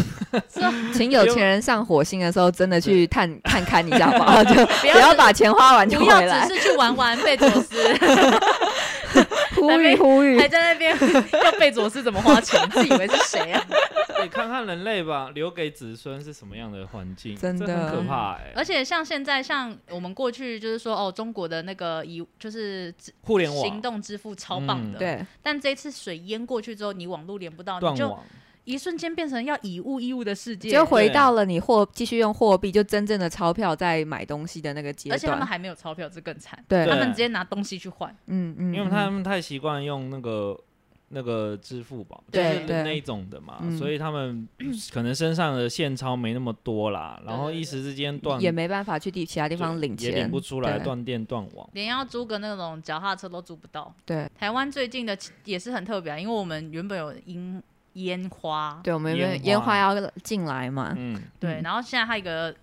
B: 请有钱人上火星的时候，真的去探探勘一下 吧，就
A: 不
B: 不要
A: 要
B: 把钱花 完就
A: 不
B: 回
A: 要
B: 来
A: 只，是去玩玩贝佐斯，
B: 呼
A: 那
B: 吁
A: 边
B: 呼吁
A: 还，在那边要贝佐斯怎么花钱，自以为是 谁啊？
C: 你看看人类吧，留给子孙是什么样的环境，
B: 真的
C: 这很可怕哎、
A: 嗯而且像现在，像我们过去就是说，哦，中国的那个以就是
C: 互联
A: 行
C: 网
A: 动支付超棒的，
C: 嗯。
B: 对，
A: 但这一次水淹过去之后，你网络连不到，
C: 断
A: 你就
C: 网，
A: 一瞬间变成要以物易物的世界，
B: 就
C: 啊
B: 回到了你货继续用货币，就真正的钞票在买东西的那个阶
A: 而且他们
B: 段，
A: 还没有钞票，这更惨。
B: 对，
A: 他
C: 对
A: 们直接拿东西去换，
B: 嗯嗯，
C: 因为
B: 嗯
C: 他们太习惯用那个那个支付宝，就是
B: 对对
C: 那一种的嘛，
B: 嗯
C: 所以他 们可能身上的现钞没那么多啦，然后
A: 对对
C: 一时之间断
B: 也没办法去地其他地方领
C: 也领
B: 钱
C: 不，出来，
B: 对
C: 断电断网。
A: 连要租个那种脚踏车都租不到。
B: 对
A: 台湾最近的也是很特别啊，因为我们原本有樱烟花，
B: 对，我们
C: 烟
B: 烟
C: 花
B: 烟花要进来嘛，
C: 嗯，
A: 对，然后现在它有一个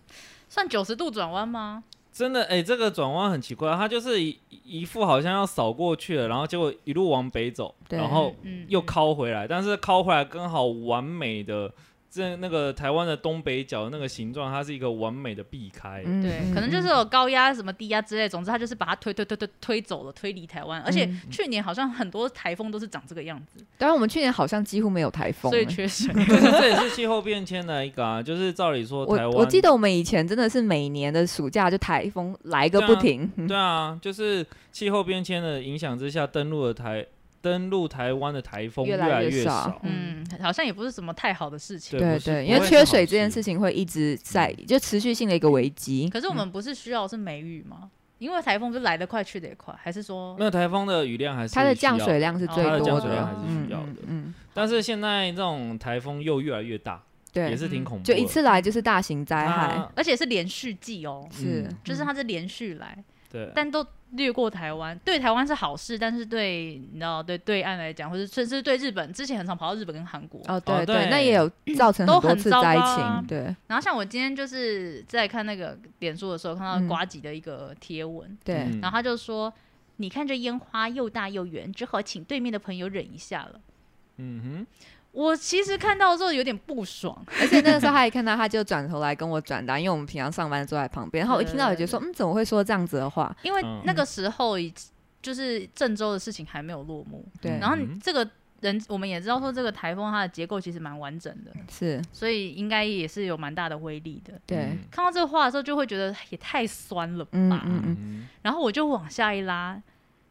A: 算九十度转弯吗？
C: 真的，哎、这个转弯很奇怪，他就是一一副好像要扫过去了，然后结果一路往北走，
B: 对
C: 然后
A: 嗯
C: 又靠回来，但是靠回来刚好完美的。这那个台湾的东北角那个形状，它是一个完美的避开，
B: 嗯
A: 对，可能就是有高压、什么低压之类，总之它就是把它推推推推推走了，推离台湾。而且
B: 嗯
A: 去年好像很多台风都是长这个样子，
B: 当然，我们去年好像几乎没有台风
A: 所以
B: 欸。
A: 缺水。
C: 可是这也是气候变迁的一个啊，就是照理说台
B: 我
C: 湾，
B: 我记得我们以前真的是每年的暑假就台风来个不停，嗯
C: 啊对啊，就是气候变迁的影响之下，登陆的台登陆台湾的台风
B: 越来
C: 来
B: 越
C: 越
B: 少
C: 少，
A: 嗯，好像也不是什么太好的事情。
B: 对
C: 不是
B: 对，
C: 不
B: 因为
C: 会
B: 缺
C: 很好嗯
B: 水这件
C: 吃
B: 事情会一直在，就持续性的一个危机。嗯
A: 可是
C: 嗯
A: 我们不是需要是梅雨吗？因为台风不是来得快去得也快，还是说
C: 哦那台风的雨量还是
B: 它的
C: 需
B: 降
C: 要
B: 水量是
A: 哦
B: 最
A: 它的
B: 多
A: 降水量
B: 的
A: 还是，
C: 需要的
B: 嗯，
C: 但是现在这种台风又越来越大，也
B: 对，
C: 是挺恐怖的。
B: 就一次来就是大型灾害，
C: 它
A: 而且是连续季哦，
B: 是
C: 嗯，
A: 就是它是连续来，
C: 对，
A: 但都掠过台湾，对台湾是好事，但是对你知道对对岸来讲，或者甚至对日本，之前很常跑到日本跟韩国。
B: 哦，
C: 哦
B: 对对，那
C: 对
B: 也有造成很
A: 都
B: 多
A: 很
B: 次
A: 糟
B: 灾
A: 糕啊
B: 情，对
A: 然后像我今天就是在看那个脸书的时候，看
B: 嗯
A: 到瓜吉的一个贴文，
B: 对，
C: 嗯
A: 然后他就说：“你看这烟花又大又圆，只好请对面的朋友忍一下了。
C: 嗯”
A: 我其实看到之后有点不爽，
B: 而且那个时候他一看到，他就转头来跟我转达，因为我们平常上班坐在旁边，然后我一听到也觉得说，嗯，怎么会说这样子的话？
A: 因为
C: 嗯
A: 那个时候已就是郑州的事情还没有落幕，
B: 对，
A: 然后你
C: 嗯
A: 这个人我们也知道说这个台风它的结构其实蛮完整的，
B: 是
A: 所以应该也是有蛮大的威力的。
C: 哼，
B: 对，
C: 嗯
A: 看到这话的时候就会觉得哎也太酸了吧，
B: 嗯嗯嗯，
C: 嗯，
A: 然后我就往下一拉。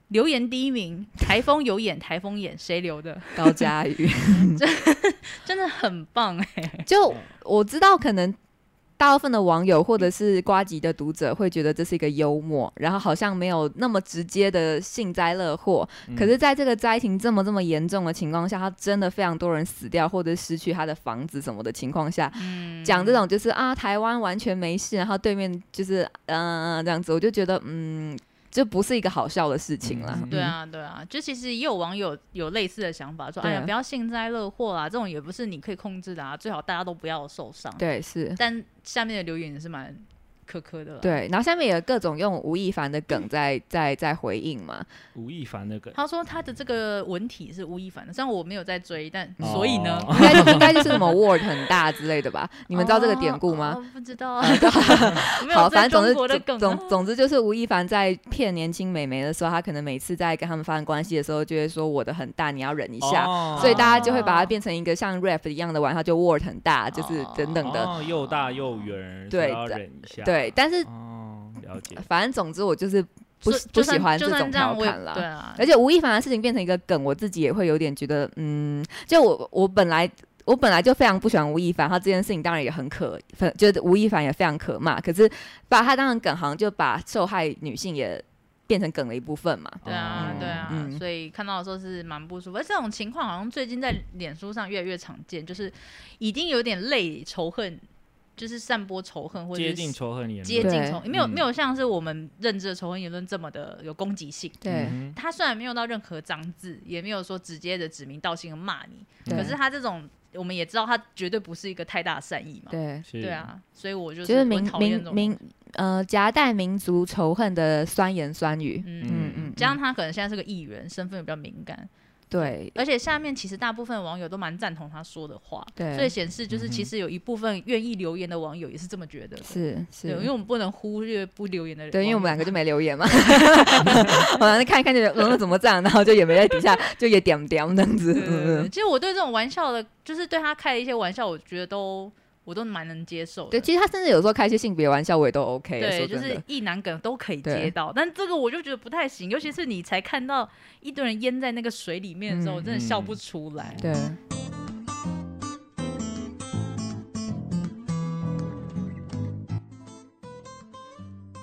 A: 留言第一名，台风有眼，台风眼，谁留的？
B: 高佳 宇，
A: 真的很棒哎、
B: 就我知道可能。大部分的网友或者是瓜吉的读者会觉得这是一个幽默，然后好像没有那么直接的幸灾乐祸。
C: 嗯
B: 可是，在这个灾情这么这么严重的情况下，他真的非常多人死掉或者失去他的房子什么的情况下，
A: 嗯
B: 讲这种就是啊，台湾完全没事，然后对面就是嗯、呃这样子，我就觉得嗯，这不是一个好笑的事情啦。
C: 嗯
A: 对啊，对啊，就其实也有网友有类似的想法，说：“哎
B: 对
A: 呀，
B: 啊
A: 不要幸灾乐祸啊啦，这种也不是你可以控制的啊，最好大家都不要受伤。
B: 对，是”。
A: 但下面的留言也是蛮苛刻的啦。，
B: 对，然后下面也有各种用吴亦凡的梗在在在回 应嘛，
C: 吴亦凡那个，
A: 他说他的这个文体是吴亦凡的，虽然我没有在追，但所以呢，
C: 哦
B: 应该应该就是什么 word 很大之类的吧？你们知道这个典故
A: 哦
B: 吗？呃
A: 哦不 知道啊， 没有
B: 好，
A: 在
B: 反正
A: 中
B: 总
A: 国的
B: 之
A: 梗
B: 总
A: 啊
B: 总总之就是吴亦凡在骗年轻美眉的时候，他可能每次在跟他们发生关系的时候，就会说我的很大，你要忍一下。
C: 哦
B: 所以大家就会把它变成一个像 rap 一样的玩，它就 word 很大，就是等等的。
C: 哦又大又圆，所以
B: 对
C: 要
B: 的
C: 忍一下，
B: 对，，但是
C: 哦，了解，
B: 反正总之我就是不
A: 就
B: 喜不
A: 就
B: 喜
A: 算
B: 欢
A: 就
B: 这
A: 算
B: 种
A: 这样
B: 调
A: 我也
B: 侃
A: 对
B: 啦。
A: 啊，
B: 而且吴亦凡的事情变成一个梗，我自己也会有点觉得，嗯，就我我本来我本来就非常不喜欢吴亦凡，他这件事情当然也很可，很觉得吴亦凡也非常可骂。可是把他当成梗，好像就把受害女性也变成梗的一部分嘛。
A: 对啊
C: 哦，
A: 对啊，
B: 嗯
A: 所以看到的时候是蛮不舒服。而这种情况好像最近在脸书上越来越常见，就是已经有点累仇恨，就是散播仇恨或者
C: 接
A: 是
C: 近仇恨言论，
A: 接近仇，
B: 对
A: 没有
C: 嗯
A: 没有像是我们认知的仇恨言论这么的有攻击性。
B: 对，
C: 嗯
A: 他虽然没有到任何脏字，也没有说直接的指名道姓的骂你，
C: 嗯
B: 对
A: 可是他这种我们也知道，他绝对不是一个太大的善意嘛。
B: 对，
C: 哼，
A: 对，啊，所以我就是
B: 就是
A: 我很
B: 民
A: 讨厌这
B: 民
A: 种。
B: 民呃夹带民族仇恨的酸言酸语。
A: 嗯，
B: 嗯嗯，
A: 加上他可能现在是个艺人，身份也比较敏感，
B: 对
A: 而且下面其实大部分网友都蛮赞同他说的话，
B: 对
A: 所以显示就是
C: 嗯哼
A: 其实有一部分愿意留言的网友也是这么觉得的。
B: 是是，
A: 对，因为我们不能忽略不留言的人。
B: 对，因为我们两个就没 留言嘛， 我们看一看就觉得，嗯，怎么这样？然后就也没在底下，就也点点这样子。
A: 对。对对对
B: 嗯
A: 其实我对这种玩笑的，就是对他开的一些玩笑，我觉得都我都蛮能接受的。
B: 对，其实他甚至有时候开一些性别玩笑，我也都 OK
A: 对。
B: 说
A: 就
B: 真
A: 是
B: 的，
A: 意男梗都可以接
B: 对
A: 到，但这个我就觉得不太行，尤其是你才看到一堆人淹在那个水里面的时候，
B: 嗯
A: 我真的笑
C: 嗯
A: 不出来。
B: 对。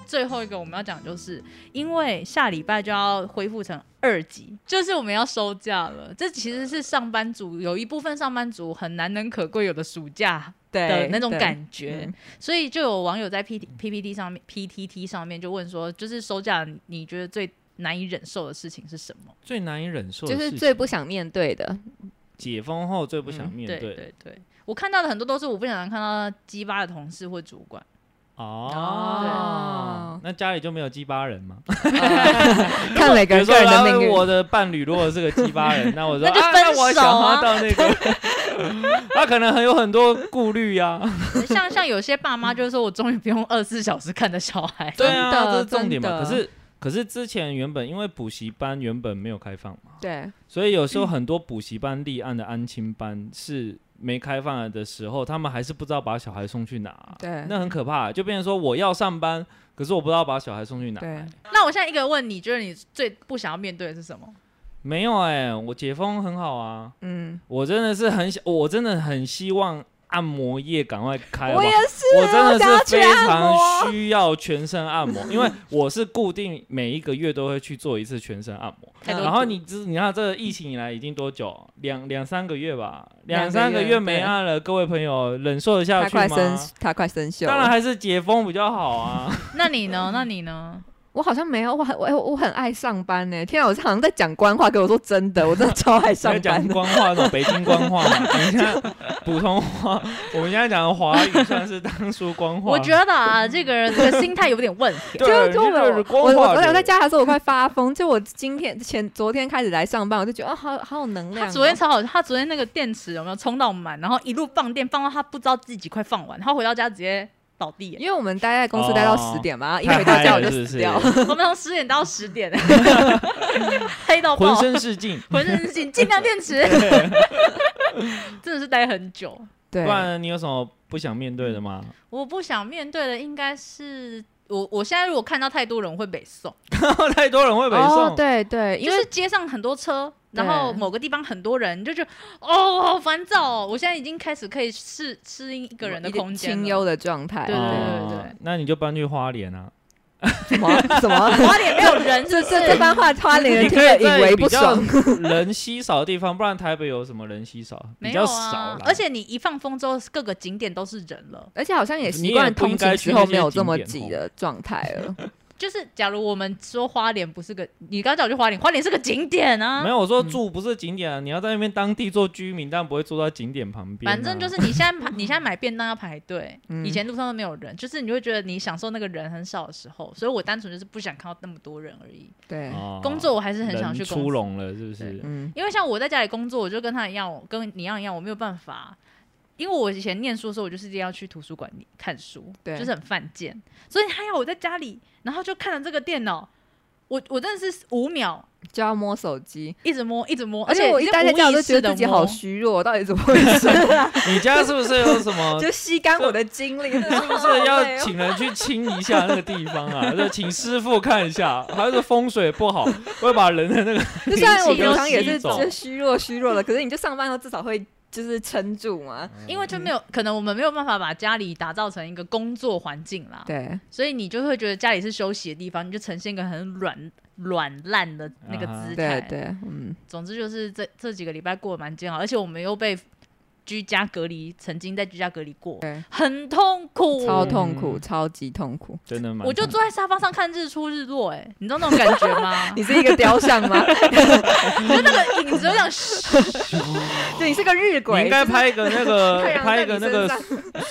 A: 最后一个我们要讲，就是因为下礼拜就要恢复成二级，就是我们要收假了。这其实是上班族有一部分上班族很难能可贵有的暑假的
B: 对
A: 那种
B: 对
A: 感觉
B: 嗯，
A: 所以就有网友在 P T P P T 上面 P T T 上面就问说，就是收假你觉得最难以忍受的事情是什么？
C: 最难以忍受的
B: 就
C: 事
B: 是
C: 情
B: 最不嗯想面 对的，
C: 解封后最不想面
A: 对
C: 对
A: 对对，我看到的很多都是我不想看到鸡巴的同事或主管。
C: 哦，那家里就没有鸡巴 人吗？
B: 看每
C: 比
B: 个
C: 如
B: 人
C: 说
B: 个人的
C: 来
B: 命运。
C: 我的伴侣如 果是个鸡巴人，那我说
A: 那就
C: 啊
A: 分
C: 我
A: 手
C: 想
A: 啊
C: 要到那 个，他可能很有很多顾虑啊呀。
A: 像像有些爸妈就是说我终于不用二十四小时看着小孩，
C: 对
B: 真
C: 啊，
B: 的
C: 这是重点嘛。
B: 真的
C: 可是可是之前原本因为补习班原本没有开放嘛，
B: 对
C: 所以有时候很多补习班立案的安亲班是没开放的时候，他们还是不知道把小孩送去哪，
B: 对
C: 那很可怕。啊就变成说我要上班，可是我不知道把小孩送去哪。
B: 对，
A: 那我现在一个问，你觉得你最不想要面对的是什么？
C: 没有哎、我解封很好啊，
B: 嗯，
C: 我真的是很想，我真的很希望按摩业赶快开。好不好
B: 是
C: 哎
B: 啊
C: 我真的
B: 想要
C: 是
B: 去
C: 非
B: 按摩
C: 常需要全身按摩，因为我是固定每一个月都会去做一次全身按摩。
A: 太多
C: 然后你知你看这个疫情以来已经多久？两两三个月吧，
B: 两个
C: 三个
B: 月
C: 月没
B: 对
C: 按了，各位朋友忍受得下
B: 他
C: 去
B: 快生
C: 吗？
B: 他快生锈
C: 当然
B: 了。
C: 还是解封比较好啊。
A: 那你呢？那你呢？
B: 我好像没有，我很我我很爱上班呢、天啊，我好像在讲官话，跟我说真的，我真的超爱
C: 在
B: 上
C: 讲
B: 班的。
C: 官话那种北京官话嘛，你看 普通话，我们现在讲的华语算是当初官话。
A: 我觉得啊，这个人这个心态有点问题。
C: 对
B: 就
C: 就
B: 就我
C: 是官
B: 我
C: 话
B: 我我
C: 流
B: 在家的时候我快发疯，就我今天前昨天开始来上班，我就觉得啊好好有能量
A: 他
B: 哦。
A: 昨天超好，他昨天那个电池有没有充到满？然后一路放电，放到他不知道自己快放完，然后回到家直接倒 地耶。
B: 因为我们待在公司待到
C: 哦
B: 十点嘛，一
C: 太
B: 回到
C: 嗨
B: 家我
C: 了
B: 就是
C: 不
B: 死
C: 是
B: 掉。
A: 我们从十点到十点， 黑到
C: 浑
A: 爆，
C: 身是 劲。
A: 浑身是劲，尽量电池， 真的是待很久。
B: 对
C: 不，然你有什么不想面对的 吗？
A: 我不想面对的应该是我，我现在如果看到太多人我会被送，
C: 太多人会北
B: 哦
C: 宋。
B: 对对，因
A: 就
B: 为
A: 是街上很多车，
B: 对
A: 然后某个地方很多人，你就觉得哦好烦躁哦。我现在已经开始可以适适应一个人的
B: 一点
A: 空间
B: 清
A: 了
B: 幽的状态
A: 对，
C: 哦
A: 对对对
C: 那你就搬去花莲啊！
B: 什么什么
A: 花莲没有 人，
B: 这
A: 是
B: 这这番话，花莲
C: 你
B: 人听
C: 可
B: 了
C: 以
B: 以
C: 在
B: 为
C: 比
B: 不
C: 较
B: 爽。
C: 人稀少的地方，不然台北有什么人稀少？比
A: 没
C: 较
A: 有
C: 少
A: 啊
C: 啦。。
A: 而且你一放风之后，各个景点都是人了。
B: 而且好像也
C: 你
B: 习
C: 也
B: 惯
C: 不应
B: 通
C: 该
B: 勤
C: 去
B: 之
C: 那
B: 后
C: 些
B: 没有
C: 景
B: 这么
C: 点
B: 挤
C: 哦
B: 的状态了。
A: 就是假如我们说花莲不是个，你刚刚叫我去花莲，花莲是个景点啊
C: 没。有，我说住不是景点啊，你要在那边当地做居民，但不会住到景点旁边啊。
A: 反正就是你现在买你现在买便当要排队，
B: 嗯
A: 以前路上都没有人，就是你会觉得你享受那个人很少的时候，所以我单纯就是不想看到那么多人而已。
B: 对，
C: 哦
A: 工作我还是很想去
C: 人
A: 工
C: 出
A: 作，
C: 笼了，是不是？
B: 嗯，
A: 因为像我在家里工作，我就跟他一样，我跟你一样一样，我没有办法。因为我以前念书的时候，我就是一定要去图书馆里看书，
B: 对
A: 就是很犯贱，所以他要我在家里，然后就看着这个电脑，我我真的是五秒
B: 就要摸手机，
A: 一直摸一直摸，
B: 而且
A: 哦且
B: 我一待在家我就觉得自己好
A: 虚。
B: 虚弱，我到底 怎么回事？
C: 你家是不是有什么？
B: 就吸干我的精力，
C: 呃是 不是要
B: 哦
C: 请人去清一下那个地方
A: 哦
C: 啊？就请师傅看一下，还是风水不 好，会把人的那个
B: 就虽然我
C: 灵气
B: 平
C: 都
B: 常也
C: 吸
B: 是
C: 走
B: 就虚弱虚弱的，可是你就上班后至少会就是撑住嘛。
A: 因为就没有可能，我们没有办法把家里打造成一个工作环境啦，
B: 对，
A: 所以你就会觉得家里是休息的地方，你就呈现一个很软软烂的那个姿态。
B: 对对，嗯，
A: 总之就是这这几个礼拜过得蛮煎熬，而且我们又被居家隔离，曾经在居家隔离过
B: 对，
A: 很痛苦。
B: 超痛苦，
C: 嗯
B: 超级痛苦。
C: 真的蛮……
A: 我就坐在沙发上看日出日落、哎，你知道那种感觉 吗？
B: 你是一个雕像 吗？
A: 就那个影子就想，
B: 对，你是个日
C: 你
B: 晷，
C: 应该拍一个那个
B: 太阳
C: 拍
B: 在
C: 一个
B: 你
C: 那
B: 身
C: 个
B: 上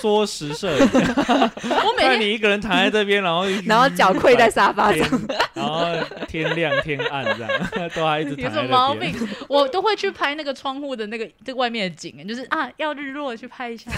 C: 缩时摄影，
A: 我 每
C: 看
A: 天
C: 你一个人躺在这边，然后
B: 然后脚跪在沙发上，
C: 天，然后天亮天暗这样， 都还一直
A: 有
C: 躺
A: 什
C: 在
A: 么毛
C: 那
A: 病
C: 边。？
A: 我都会去拍那个窗户的那个这个外面的景，就是啊，要日落去拍 一下，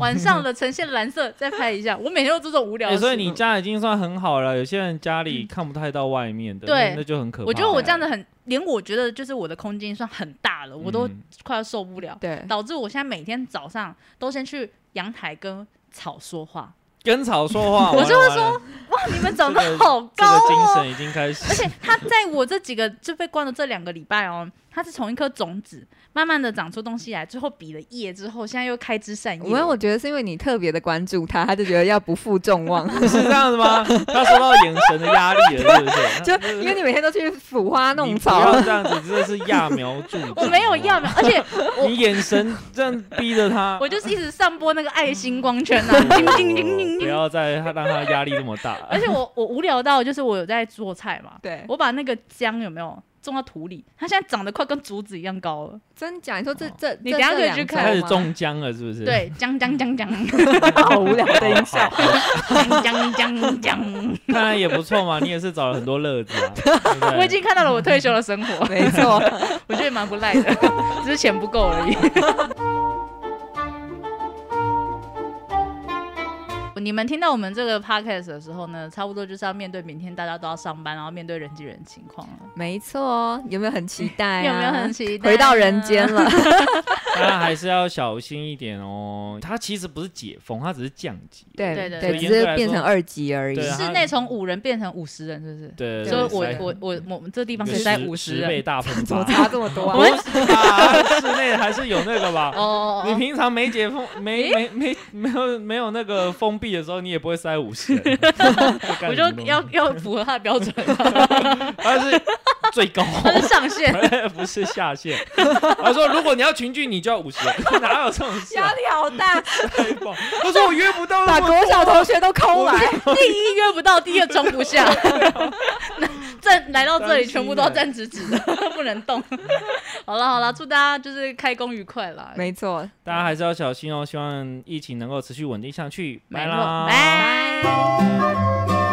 A: 晚上的呈现蓝色再拍一下。我每天都做这种无聊
C: 欸
A: 的事。
C: 所以你家已经算很好了，有些人家里看不太到外面的，
A: 对
C: 那那就很可怕。欸
A: 我觉得我这样的很，连我觉得就是我的空间算很大了，我都
C: 嗯
A: 快要受不了，
B: 对，
A: 导致我现在每天早上都先去阳台跟草说话。
C: 跟草说话，
A: 我就会
C: 完了完了
A: 哇，你们长
C: 这
A: 得
C: 个
A: 好
C: 这
A: 高
C: 个精
A: 哦！
C: 神已经开
A: 而
C: 始。
A: 且它在我这几个就被关的这两个礼拜哦，它是从一颗种子慢慢的长出东西来，最后比了叶之后，现在又开枝散叶。
B: 我我觉得是因为你特别的关注他，他就觉得要不负众 望，
C: 是这样子吗？他受到眼神的压力了，是不 是？
B: 就因为你每天都去腐花弄
C: 你不
B: 草
C: 要，这样子，真的是揠苗助长。
A: 我没有要，而 且我
C: 你眼神这样逼着他，哦
A: 我就是一直散播那个爱心光圈 啊，叮叮叮叮
C: 不
A: 叮。
C: 要再让他压力这么 大。
A: 而且我我无聊到就是我有在做菜嘛，
B: 对，
A: 我把那个姜有没有种到土里，它现在长得快跟竹子一样高了。
B: 真假？你说这
C: 哦
B: 这
A: 你
B: 这
A: 等下
B: 这
A: 可以
B: 两
A: 去
B: 周
A: 看
C: 开始
B: 吗，
C: 中姜了，是不是？
A: 对，姜姜姜姜
B: 好无聊的音效。
A: 姜姜 姜姜，
C: 看来也不错嘛，你也是找了很多乐子 啊。对不对
A: 我已经看到了我退休的生活，
B: 没错，
A: 我觉得蛮不赖的， 只是钱不够而已。你们听到我们这个 podcast 的时候呢，差不多就是要面对明天大家都要上班，然后面对人挤人的情况了。
B: 没错哦，有没有很期待、啊？
A: 有没有很期待、
B: 回到人间？ 了？
C: 大家还是要小心一点哦。它其实不是解封，它只是降级。
B: 对
A: 对对
B: 对，
C: 对
B: 只
C: 严格
B: 是
C: 来
B: 变
C: 说
B: 成二级而已。
C: 对啊
A: 室内从五人变成五十人，是不是？
C: 对，
A: 所
B: 对
A: 以
C: 塞
A: 我我我我们这地方
C: 有
A: 可以塞
C: 十
A: 五十
C: 十倍
A: 人。
C: 大喷
B: 怎
C: 发
B: 么。差这么多、
C: 不
B: 啊？
C: 是吧？室内还是有那个吧。
A: 哦
C: 你平常没解 封、没没没没有没有那个封闭的时候，你也不会塞五 十人，
A: 我
C: 我
A: 就要要符合他的标 准，
C: 它是最 高，
A: 他是上限。
C: 不是下限。他说如果你要群聚，你就要五十人，哪有这种事、啊
B: 压？力好大，
C: 太棒他说我约不到那
B: 把
C: 么
B: 国小同学都抠来。
A: 第一约不到，第二装不下。站来到这里，全部都要站直直的，不能动。好了好了，祝大家就是开工愉快啦！
B: 没错，
C: 大家还是要小心哦，希望疫情能够持续稳定下去。拜
A: 没错
C: 啦，
A: 拜。